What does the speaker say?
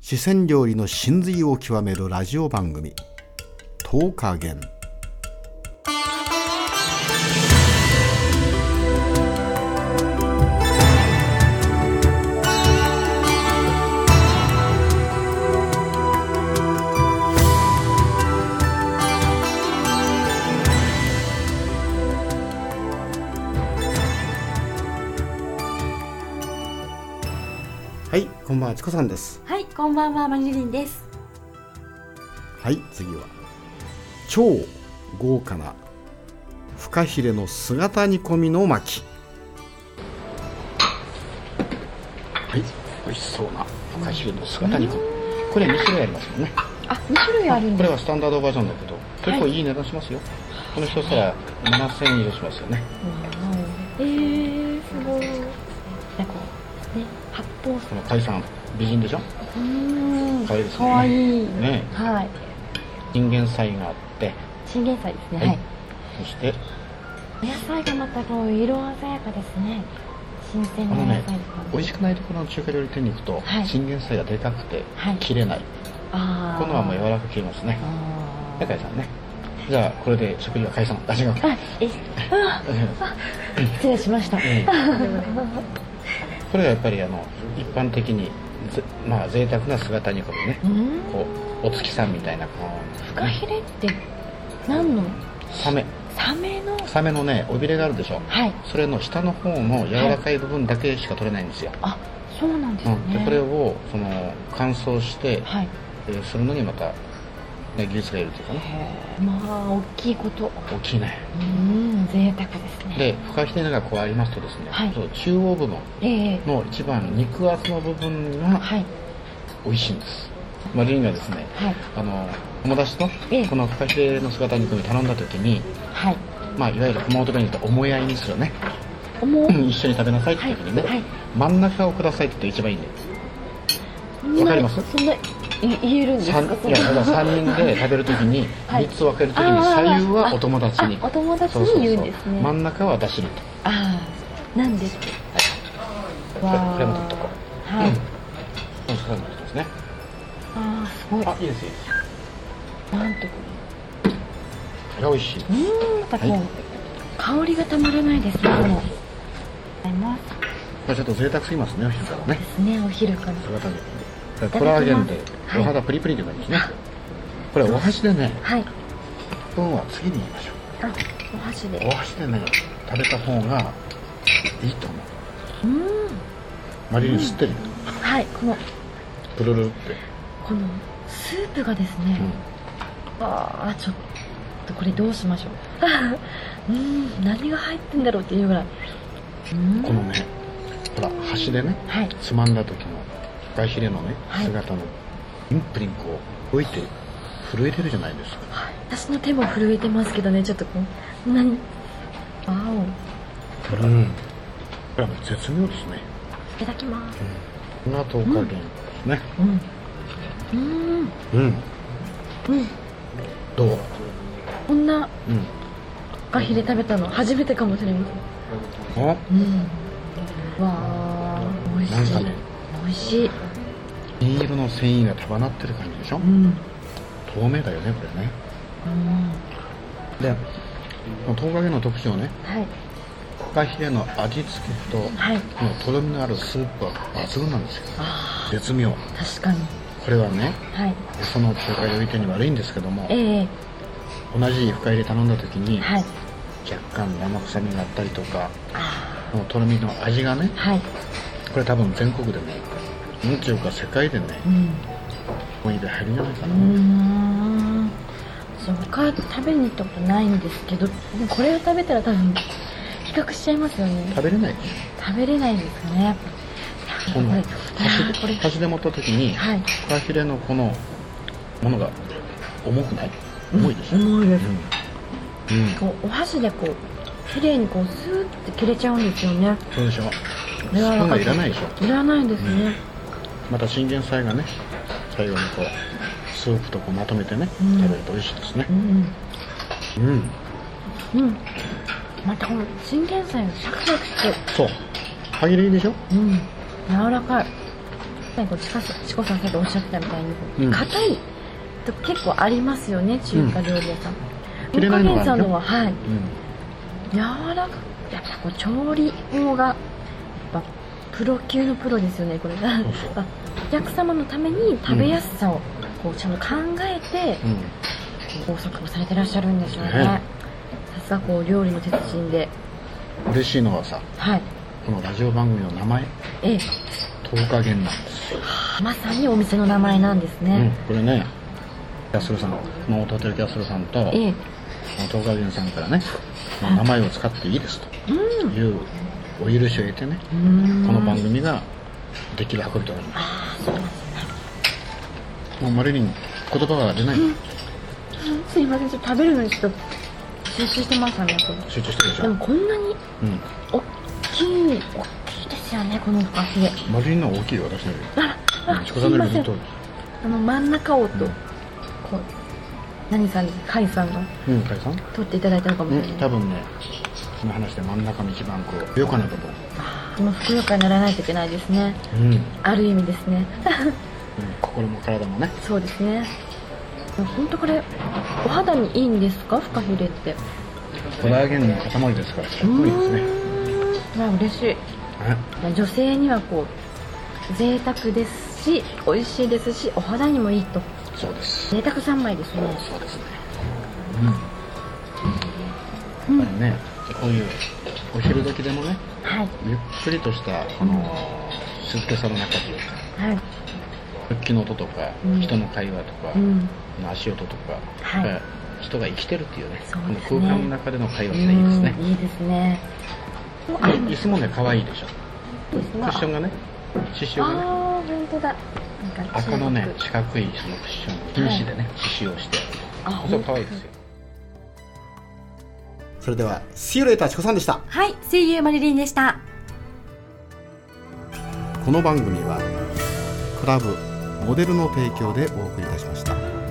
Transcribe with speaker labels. Speaker 1: 四川料理の真髄を極めるラジオ番組「10日元」はいこんばんはチコさんです
Speaker 2: はい、こんばんは、マリリンです。
Speaker 1: はい次は超豪華なフカヒレの姿煮込みの巻
Speaker 3: はい、美味しそうなフカヒレの姿煮込み。これ2種類ありますもんね。
Speaker 2: あ、2種類あるん
Speaker 3: これ
Speaker 2: だ。
Speaker 3: はスタンダードバージョンだけど、結構いい値段しますよ。この一皿7000円以上しますよね。
Speaker 2: えー、すごい。なんか、ね、発泡
Speaker 3: この海さん、美人でしょ
Speaker 2: うーん、
Speaker 3: 可愛いですね
Speaker 2: かわいい。
Speaker 3: ね
Speaker 2: はい。
Speaker 3: 人間菜があって、
Speaker 2: チンゲン菜ですね。
Speaker 3: は
Speaker 2: はいい。
Speaker 3: そして、
Speaker 2: お野菜がまたこう、色鮮やかですね。新鮮
Speaker 3: あ
Speaker 2: なお
Speaker 3: の
Speaker 2: 野
Speaker 3: ね
Speaker 2: 菜とか、
Speaker 3: 美味しくないところの中華料理店に行くと
Speaker 2: は、い
Speaker 3: チンゲン菜がでかくて
Speaker 2: はい、
Speaker 3: 切れない。
Speaker 2: あー
Speaker 3: このはもう柔らかく切れますね。
Speaker 2: あ
Speaker 3: ね、海さんね。じゃあ、これで食事は解 散。あ、違う。
Speaker 2: ーあ、え、失礼しました。
Speaker 3: ええこれはやっぱりあの一般的にぜまあ贅沢な姿煮込みね
Speaker 2: うん
Speaker 3: こうお月さんみたいな
Speaker 2: フカヒレって、何の
Speaker 3: サメ
Speaker 2: サメの
Speaker 3: サメのね尾びれがあるでしょ
Speaker 2: はい。
Speaker 3: それの下の方の柔らかい部分だけしか取れないんですよ、
Speaker 2: あ、そうなんです
Speaker 3: うん、で
Speaker 2: ね。
Speaker 3: これをその乾燥して、
Speaker 2: はい。
Speaker 3: えーするのにまた、ね、技術がいるというかね
Speaker 2: まあ、大きいこと。
Speaker 3: 大きいね
Speaker 2: うん、贅沢ですね。
Speaker 3: でフカヒレのがこうありますとですね、
Speaker 2: はい
Speaker 3: その中央部分
Speaker 2: ええ
Speaker 3: の一番肉厚の部分が
Speaker 2: はい、
Speaker 3: 美味しいんです、まあ、リンがですね
Speaker 2: はい、
Speaker 3: あの友達と
Speaker 2: ええ
Speaker 3: このフカヒレの姿煮込み頼んだ時に、
Speaker 2: はい。
Speaker 3: まあ、いわゆる熊本弁で言うと思い合いにするね、
Speaker 2: 思う。
Speaker 3: うん一緒に食べなさいって
Speaker 2: はい、
Speaker 3: 時にね、
Speaker 2: はい。
Speaker 3: 真ん中をくださいって言って一番いいんで
Speaker 2: 今
Speaker 3: わかります
Speaker 2: そんな、い言えるんですか
Speaker 3: 三いやだから3人で食べる時に
Speaker 2: はい
Speaker 3: 3つ分ける時に左右はお友達に
Speaker 2: ああお友達に言うんですね。
Speaker 3: 真ん中は私にと
Speaker 2: ああ、なんです。
Speaker 3: これこれも取っとこ
Speaker 2: う。はい。
Speaker 3: うそういうことですね
Speaker 2: ああ、すごい。
Speaker 3: あいいですよ
Speaker 2: なんとこ
Speaker 3: これが美味しい
Speaker 2: れ。うーん、またこう、
Speaker 3: はい
Speaker 2: 香りがたまらないですね。この。あります
Speaker 3: これちょっと贅沢すぎますねお昼からね
Speaker 2: ですね、お昼から。
Speaker 3: 姿煮込みでコラーゲンで
Speaker 2: はい
Speaker 3: お肌プリプリでなりますねこれお箸でね
Speaker 2: はい。
Speaker 3: スプーンは次に言いましょう
Speaker 2: あ、お箸で
Speaker 3: お。箸でね食べた方がいいと思う
Speaker 2: うん。
Speaker 3: マリリン知ってるよ
Speaker 2: はい、この、
Speaker 3: プルルって、
Speaker 2: この、スープがですね。ああちょっとこれどうしましょう うーん何が入ってんだろうっていうぐらいうーん
Speaker 3: このねほら箸でね
Speaker 2: はい
Speaker 3: つまんだ時のフカヒレのね
Speaker 2: はい
Speaker 3: 姿のプリンプリンこう動いて震えてるじゃないですか
Speaker 2: 私の手も震えてますけどねちょっとこう何
Speaker 3: う
Speaker 2: わおい
Speaker 3: んこれはもう絶妙ですね
Speaker 2: ただきます
Speaker 3: この後お加減ですね
Speaker 2: うんうーん
Speaker 3: うん、
Speaker 2: うん
Speaker 3: どう
Speaker 2: こんな
Speaker 3: うん
Speaker 2: フカヒレ食べたの初めてかもしれません
Speaker 3: あ
Speaker 2: うんわあ美味しい
Speaker 3: なんかね
Speaker 2: 美味しい
Speaker 3: 銀色の繊維が束なってる感じでしょ
Speaker 2: うん
Speaker 3: 透明だよねこれね
Speaker 2: うん
Speaker 3: でこのトウガゲの特徴ね
Speaker 2: はい
Speaker 3: フカヒレの味付けと
Speaker 2: はい
Speaker 3: このとろみのあるスープは抜群なんですよ
Speaker 2: あ
Speaker 3: 絶妙
Speaker 2: あ確かに
Speaker 3: これはね
Speaker 2: はい
Speaker 3: その中華料理店に悪いんですけども
Speaker 2: ええ
Speaker 3: 同じ深入れ頼んだ時に
Speaker 2: はい
Speaker 3: 若干生臭みがあったりとか
Speaker 2: あ
Speaker 3: このとろみの味がね
Speaker 2: あはい
Speaker 3: これ多分全国でねうん中華世界でね
Speaker 2: うん
Speaker 3: 思い出入るんじゃないか
Speaker 2: うー
Speaker 3: なん
Speaker 2: そう他食べに行ったことないんですけどでもこれを食べたら多分比較しちゃいますよね
Speaker 3: 食べれないでし
Speaker 2: 食べれないんですかねやっ
Speaker 3: ょ
Speaker 2: ぱ
Speaker 3: この
Speaker 2: り
Speaker 3: 箸で箸で持った時に
Speaker 2: はい
Speaker 3: フカヒレのこのものが重くない重いでしょ
Speaker 2: 重いです
Speaker 3: うん、
Speaker 2: こうお箸でこう綺麗にこうスーって切れちゃうんですよね
Speaker 3: そうでしょスプ
Speaker 2: 柔らかい
Speaker 3: ーンがいらないでしょ
Speaker 2: いらないですね
Speaker 3: またチンゲン菜がね最後にこうスープとこうまとめてね、
Speaker 2: うん
Speaker 3: 食べると美味しいですね
Speaker 2: うん
Speaker 3: うん
Speaker 2: うん、うん、またこのチンゲン菜がサクサクして
Speaker 3: そう歯切れいいでしょ
Speaker 2: うん柔らかいかにこうチカさんチコさんさっきおっしゃってたみたいにこう
Speaker 1: うん
Speaker 2: 硬、いと結構ありますよね中華料理屋さん、
Speaker 3: 切れ
Speaker 2: お
Speaker 3: な
Speaker 2: か
Speaker 3: い
Speaker 2: げ
Speaker 3: の
Speaker 2: ん
Speaker 3: が
Speaker 2: さ
Speaker 3: あ
Speaker 2: ん
Speaker 3: るよ
Speaker 2: のははい
Speaker 3: うん
Speaker 2: 柔らかくやっぱこう調理法がやっぱプロ級のプロですよねこれが
Speaker 3: そうそう
Speaker 2: あ お客様のために食べやすさをこうちゃんと考えて
Speaker 3: うん
Speaker 2: こう作をされてらっしゃるんでしょうね、
Speaker 3: ね
Speaker 2: さすがこう料理の鉄人で
Speaker 3: 嬉しいのはさ
Speaker 2: はい
Speaker 3: このラジオ番組の名前
Speaker 2: ええ
Speaker 3: 10日限なんです、
Speaker 2: まさにお店の名前なんです
Speaker 3: うん
Speaker 2: ね、
Speaker 3: これね安郎さん熊本という安郎さんとこ
Speaker 2: ええ
Speaker 3: の10日限さんからねまあ名前を使っていいですというお許しを得てね
Speaker 2: うーん
Speaker 3: この番組ができる運びとなりますもうまれに言葉が出ない
Speaker 2: すいませんちょっと食べるのにちょっと集中してましたねこれ
Speaker 3: 集中してるでし
Speaker 2: で
Speaker 3: ょ
Speaker 2: もこんなに
Speaker 3: うん
Speaker 2: 大きい大きいですよねこのフカヒレ
Speaker 3: マリリンの方が大きいよ私のよ
Speaker 2: あ
Speaker 3: り
Speaker 2: ら
Speaker 3: う
Speaker 2: あ
Speaker 3: ん
Speaker 2: す
Speaker 3: チ
Speaker 2: い
Speaker 3: コさんのよ
Speaker 2: ま
Speaker 3: り
Speaker 2: せ
Speaker 3: ずっ
Speaker 2: ん
Speaker 3: と
Speaker 2: あの真ん中をと、
Speaker 3: うん
Speaker 2: こう何さんカイさんが
Speaker 3: うん海さん
Speaker 2: 取っていただいたのかもし
Speaker 3: う
Speaker 2: れ
Speaker 3: ん
Speaker 2: な
Speaker 3: 多
Speaker 2: い、
Speaker 3: 分ねその話で真ん中の一番こうよかな部分
Speaker 2: 今ふくよかにならないといけないですね
Speaker 3: うん、うん、
Speaker 2: ある意味ですね
Speaker 3: 心も体もね
Speaker 2: そうですね本当これお肌にいいんですかフカヒレって
Speaker 3: コラーゲンの塊ですからすっごいですね
Speaker 2: うーんわあ嬉しい女性にはこう贅沢ですし美味しいですしお肌にもいいと
Speaker 3: あそうです
Speaker 2: 贅沢三昧ですね
Speaker 3: そうですねうんやっぱりねこういうお昼時でもね
Speaker 2: はい
Speaker 3: ゆっくりとしたこの静けさの中で
Speaker 2: はい
Speaker 3: 復帰の音とか、
Speaker 2: うん
Speaker 3: 人の会話とか、
Speaker 2: うん
Speaker 3: 足音とか、
Speaker 2: はい
Speaker 3: やっぱ人が生きてるっていうね
Speaker 2: そう
Speaker 3: この
Speaker 2: ですね
Speaker 3: 空間の中での会話っていいですね
Speaker 2: うんいいですねもうあ
Speaker 3: で
Speaker 2: れもい
Speaker 3: 椅子もね可愛いでしょ
Speaker 2: いです
Speaker 3: ク
Speaker 2: ね
Speaker 3: ッションがね刺繍
Speaker 2: あ
Speaker 3: がね
Speaker 2: あー本当だなんか
Speaker 3: 赤のね
Speaker 2: 中国
Speaker 3: 四角いそのクッション金糸でね刺繍をして
Speaker 2: あ
Speaker 3: それ可愛いですよ
Speaker 1: それでは See you later チコさんでした
Speaker 4: はい、声優マリリンでした。
Speaker 1: この番組はクラブモデルの提供でお送りいたしました